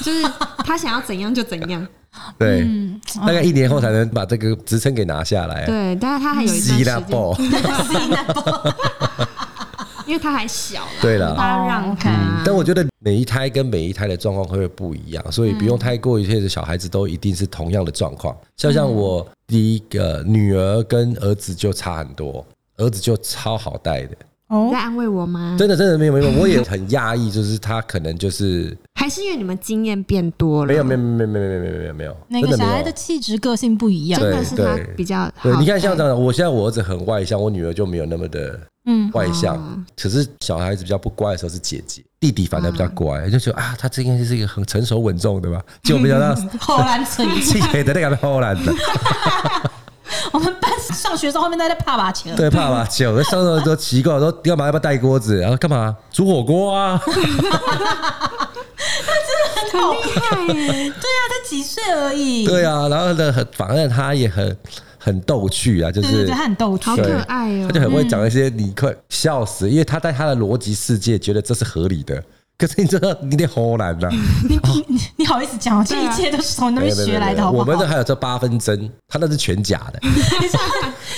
S2: 就是他想要怎样就怎样。
S3: 对，
S1: 嗯
S3: 大概一年后才能把这个职称给拿下来。啊
S2: 对，但是他还有一段
S3: 希
S2: 时
S3: 腊
S2: 间，
S3: 爆，
S2: 因为他还小啦，
S3: 对啦
S2: 大家让他。
S1: 嗯
S3: 但我觉得每一胎跟每一胎的状况会不会不一样，所以不用太过于，确实小孩子都一定是同样的状况。像
S1: 嗯
S3: 像我第一个女儿跟儿子就差很多，
S1: 嗯
S3: 儿子就超好带的，
S2: 你
S1: 哦
S2: 在安慰我吗？
S3: 真的真的没有没有，我也很讶异，就是他可能就是
S2: 还是因为你们经验变多了？
S3: 没有没有没有没有没有没有没有没有，
S1: 每
S3: 真
S1: 个
S3: 的
S1: 小孩
S3: 没
S1: 的
S3: 有。
S1: 气质个性不一样
S2: 真，的是他
S3: 对对
S2: 比较好。
S3: 对，你看像这样，我现在我儿子很外向，我女儿就没有那么的
S1: 嗯，
S3: 外向。
S2: 哦
S3: 可是小孩子比较不乖的时候是姐姐，弟弟反而比较
S1: 嗯
S3: 乖，就觉得啊，他这应该是一个很成熟稳重的吧，结果没 想到
S1: 好难扯。
S3: 气给的那个 后来的，
S1: 我们班上学的时候，后面都在怕把球。
S3: 对，怕吧？酒上头都奇怪，我说干嘛要不要带锅子？然后干嘛煮火 锅啊？
S1: 好厉害耶！对啊，才几岁而已。
S3: 对啊，然后呢，很反正他也很很逗趣啊，就
S1: 对嗯对
S3: 是
S1: 对，他很逗趣
S2: 好。
S3: 对
S2: 可爱哦
S3: 他就很会讲一些你快笑死，因为他在他的逻辑世界觉得这是合理的，可是你知道，你得好难呐、
S1: 你你你好意思讲哦？这
S2: 对
S1: 一
S2: 啊
S1: 切都是从那边学来的，好不好？
S3: 我们的还有这八分针，他那是全假 的。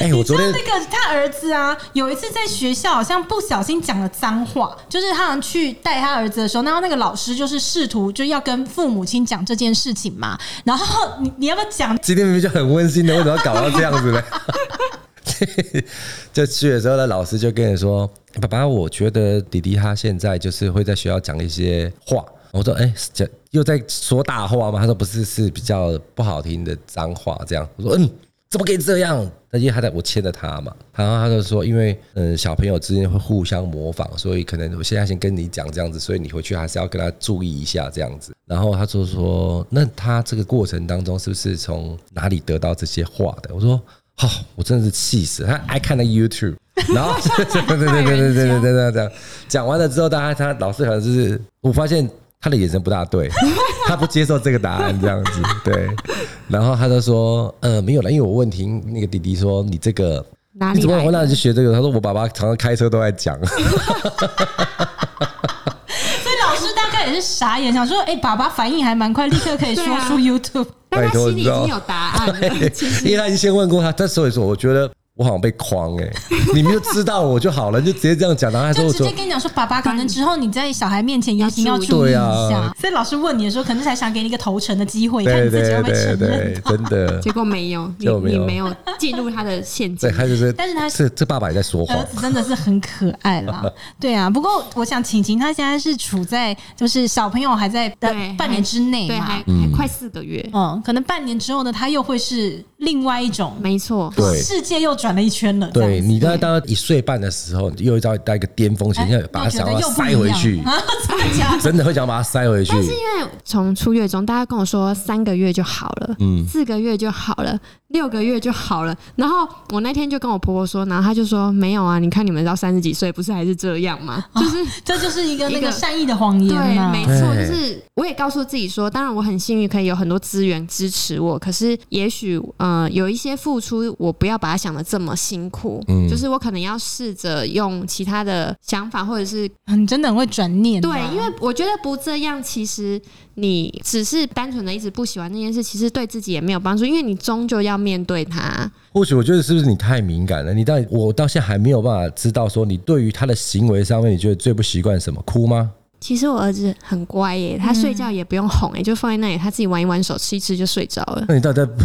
S3: 哎、我
S1: 你知
S3: 昨
S1: 道
S3: 天
S1: 那个他儿子啊，有一次在学校好像不小心讲了脏话，就是他好像去带他儿子的时候，然后那个老师就是试图就要跟父母亲讲这件事情嘛，然后你你要不要讲？
S3: 今天明明就很温馨的，为什么要搞到这样子呢？就去的时候呢，老师就跟你说：“爸爸，我觉得弟弟他现在就是会在学校讲一些话。”我说：“哎、讲又在说大话吗？”他说：“不是，是比较不好听的脏话。”这样我说：“嗯，怎么可以这样？”那因为他在我牵着他嘛，然后他就说：“因为嗯，小朋友之间会互相模仿，所以可能我现在先跟你讲这样子，所以你回去还是要跟他注意一下这样子。”然后他就说：“那他这个过程当中是不是从哪里得到这些话的？”我说。好、我真的是气死了！他爱看那 个 YouTube，然后对对对对对对对对对对，讲完了之后，大家他老师好像就是，我发现他的眼神不 大对，他不接受这个答案这样子，对，然后他就说，呃，没有了，因为我问婷那个弟弟说，你这个
S2: 哪
S3: 你
S2: 里
S3: 怎么
S2: 来
S3: 会
S2: 的？
S3: 让你去学这个？他说我爸爸常常开车都 在讲，
S1: 所以老师大概也是傻眼，想说，哎、爸爸反应还蛮快，立刻可以说
S2: 对啊
S1: 出 YouTube。
S2: 但
S3: 拜
S2: 他
S3: 托
S2: 心
S3: 你
S2: 里已
S3: 知道
S2: 经有答案 了，其
S3: 因为
S2: 实
S3: 他已经先问过他，但所以说我觉得我好像被框哎、你们就知道我就好了，你就直接这样讲，然后他说
S1: 就
S3: 我
S1: 直
S3: 说
S1: 接跟你讲说，爸爸可能之后你在小孩面前言行要
S2: 要
S1: 注
S3: 注
S1: 意一
S3: 意对
S1: 下
S3: 啊。
S1: 所以老师问你的时候，可能才想给你一个投诚的机会，看
S3: 对
S1: 你自己
S3: 对
S1: 要不要
S3: 对
S1: 承认
S3: 对，真的。
S2: 结果没有，你
S3: 结果没
S2: 你
S3: 有
S2: 没有进入他的陷
S3: 对，
S2: 阱。
S3: 他就是，
S1: 但是他呃
S3: 这这爸爸也在说
S1: 儿
S3: 谎，
S1: 子真的是很可爱 啦，对啊。不过我想晴晴她现在是处在就是小朋友还在的
S2: 对
S1: 半年之内
S2: 对，
S1: 嘛
S2: 还，还快四个月，
S1: 嗯，可能半年之后呢，他又会是另外一种，
S2: 没错，
S3: 对
S1: 世界又转了一圈了。这样
S3: 对你大概到一岁半的时候，你又到到一个巅峰期，你要
S1: 哎
S3: 把它
S1: 又觉
S3: 想
S1: 得
S3: 要
S1: 又不一
S3: 塞
S1: 样
S3: 回去，
S1: 啊， 真的假的？
S3: 真的会想把它塞回去。
S2: 因为从出月中，大家跟我说三个月就好了，
S3: 嗯
S2: 四个月就好了，六个月就好了。然后我那天就跟我婆婆说，然后她就说没有啊，你看你们到三十几岁，不是还是这样吗？就是。
S1: 这就是一个那
S2: 一
S1: 个
S2: 个
S1: 善意的谎言
S2: 对，
S1: 嘛。
S2: 没错，
S3: 对
S2: 就是我也告诉自己说，当然我很幸运可以有很多资源支持我，可是也许呃有一些付出，我不要把它想的这么辛苦，
S3: 嗯
S2: 就是我可能要试着用其他的想法或者是
S1: 啊你真的很会转念啊。
S2: 对，因为我觉得不这样，其实你只是单纯的一直不喜欢那件事，其实对自己也没有帮助，因为你终究要面对它。
S3: 或许我觉得是不是你太敏感了？你到我到现在还没有办法知道说你对于他的行为上面，你觉得最不习惯什么？哭吗？
S2: 其实我儿子很乖耶，他睡觉也不用哄耶，就放在那里，他自己玩一玩手，吃一吃就睡着了。
S3: 那你到底在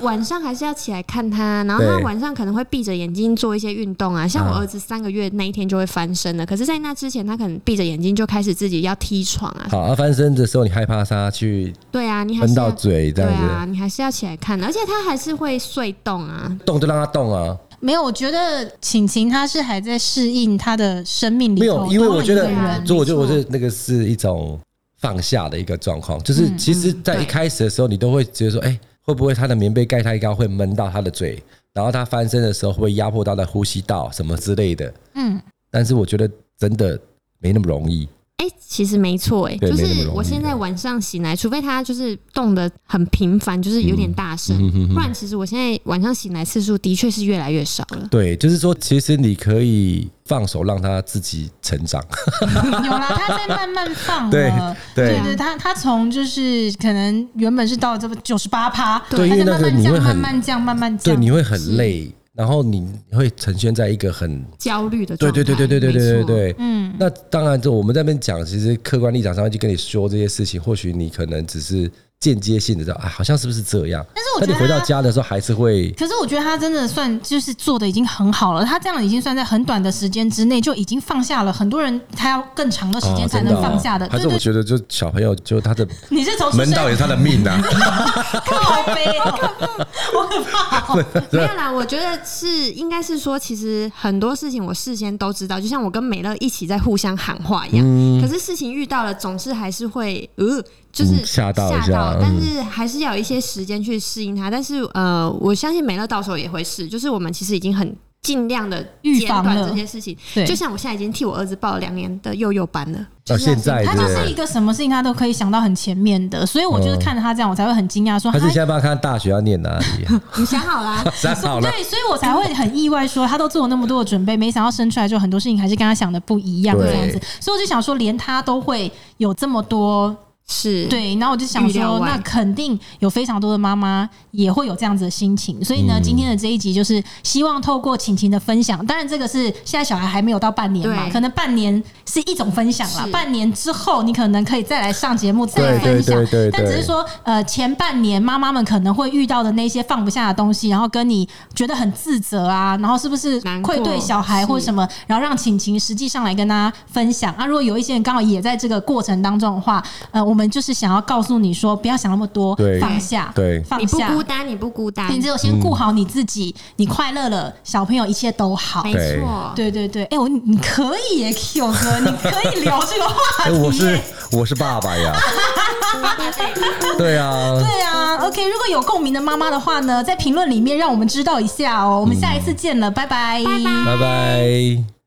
S2: 晚上还是要起来看他，然后他
S3: 对
S2: 晚上可能会闭着眼睛做一些运动啊，像我
S3: 啊，
S2: 儿子三个月那一天就会翻身了，可是，在那之前，他可能闭着眼睛就开始自己要踢床啊
S3: 好啊翻身的时候，你害怕他去
S2: 对啊，你还
S3: 闷
S2: 是
S3: 到
S2: 要。
S3: 嘴这
S2: 对
S3: 样子，
S2: 啊，你还是要起来看的，而且他还是会睡动啊，
S3: 动就让他动啊。
S1: 没有，我觉得晴晴她是还在适应她的生命里头，
S3: 没有，因为
S1: 多了
S3: 我觉
S1: 一
S3: 得
S1: 个人
S2: 没，
S3: 所以我觉得
S2: 错
S3: 我觉得那个是一种放下的一个状况，就是其实，在一开始的时候，你都会觉得说，哎、会不会他的棉被盖太高会闷到他的嘴，然后他翻身的时候会不会压迫到他的呼吸道什么之类的。
S1: 嗯，
S3: 但是我觉得真的没那么容易，
S2: 哎、其实没错，哎，
S3: 对
S2: 就
S3: 没那么
S2: 是
S3: 容易
S2: 我现在晚上醒来，除非他就是动的很频繁，就是有点大
S3: 嗯
S2: 声，不然其实我现在晚上醒来次数的确是越来越少了。
S3: 对，就是说，其实你可以放手让他自己成长，
S1: 有啦，他在慢慢放了。
S3: 对对
S1: 对他他从就是可能原本是到这么九十八趴，他
S3: 对因为
S1: 就
S3: 那
S1: 慢
S3: 个
S1: 慢
S3: 你会
S1: 降，
S3: 很
S1: 慢慢降，慢慢降。
S3: 对，你会很累，然后你会呈现在一个很
S2: 焦虑的
S3: 对对
S2: 状态，
S3: 对对对对
S2: 没
S3: 对对
S2: 错，
S3: 对，
S1: 嗯，
S3: 那当然，就我们在那边讲，其实客观立场上就跟你说这些事情，或许你可能只是间接性的知道啊，好像是不是这样？
S1: 但是我觉
S3: 但
S1: 得
S3: 你回到
S1: 他
S3: 家的时候还是会，
S1: 可是我觉得他真的算就是做的已经很好了，他这样已经算在很短的时间之内就已经放下了。很多人他要更长的时间才
S3: 真
S1: 能
S3: 哦
S1: 放下的。
S3: 还
S1: 对
S3: 是我
S1: 对，
S3: 觉得，就小朋友就他的
S1: 你是从出
S3: 门
S1: 生
S3: 道也是他的命 啊，
S1: 靠背 哦，我很怕哦。
S2: 没有啦，我觉得是应该是说，其实很多事情我事先都知道，就像我跟美乐一起在互相喊话一样。
S3: 嗯
S2: 可是事情遇到了，总是还是会呃，就是
S3: 嗯吓到一下嗯
S2: 但是还是要有一些时间去适应它。但是呃，我相信美乐到时候也会是，就是我们其实已经很尽量的
S1: 预
S2: 减
S1: 防
S2: 短
S1: 了
S2: 这些事情。
S1: 对
S2: 就像我现在已经替我儿子报了两年的幼幼班 了，
S3: 到现在
S1: 他
S3: 对不
S1: 就是一
S3: 对？
S1: 个什么事情他都可以想到很前面的，所以我就是看着他这样，我才会很惊讶说，
S3: 哦还是
S1: 哈
S3: 你现在帮他看大学要念 哪里？
S2: 你想好啦、
S3: 想好了，
S1: 对，所以我才会很意外，说他都做了那么多的准备，没想到生出来就很多事情还是跟他想的不一样
S3: 对
S1: 这样子，所以我就想说，连他都会有这么多
S2: 是，
S1: 对，然后我就想
S2: 预料
S1: 说，
S2: 外
S1: 那肯定有非常多的妈妈也会有这样子的心情，所以
S3: 嗯
S1: 呢，今天的这一集就是希望透过晴晴的分享，当然这个是现在小孩还没有到半年嘛，
S2: 对
S1: 可能半年是一种分享啦
S2: 是，
S1: 半年之后你可能可以再来上节目再来
S3: 对
S1: 分享
S3: 对对对，
S1: 但只是说呃前半年妈妈们可能会遇到的那些放不下的东西，然后跟你觉得很自责啊，然后是不是
S2: 难过
S1: 愧对小孩或
S2: 是
S1: 什么，然后让晴晴实际上来跟大家分享啊，如果有一些人刚好也在这个过程当中的话，呃，我们就是想要告诉你说，不要想那么多
S3: 对，
S1: 放下，
S3: 对
S1: 放
S2: 你不
S1: 下。
S2: 孤单，你不孤单，
S1: 你只有先顾好你自己，你快乐了，小朋友一切都好
S2: 没。
S3: 对
S2: 错，
S1: 嗯对对对，哎、我你你可以耶，Q 哥，你可以聊这个话
S3: 哎
S1: 题耶。
S3: 我是我是爸爸呀，对啊，
S1: 对啊，OK，如果有共鸣的妈妈的话呢，在评论里面让我们知道一下哦。我们下一次见了，拜拜，拜拜
S3: 拜拜。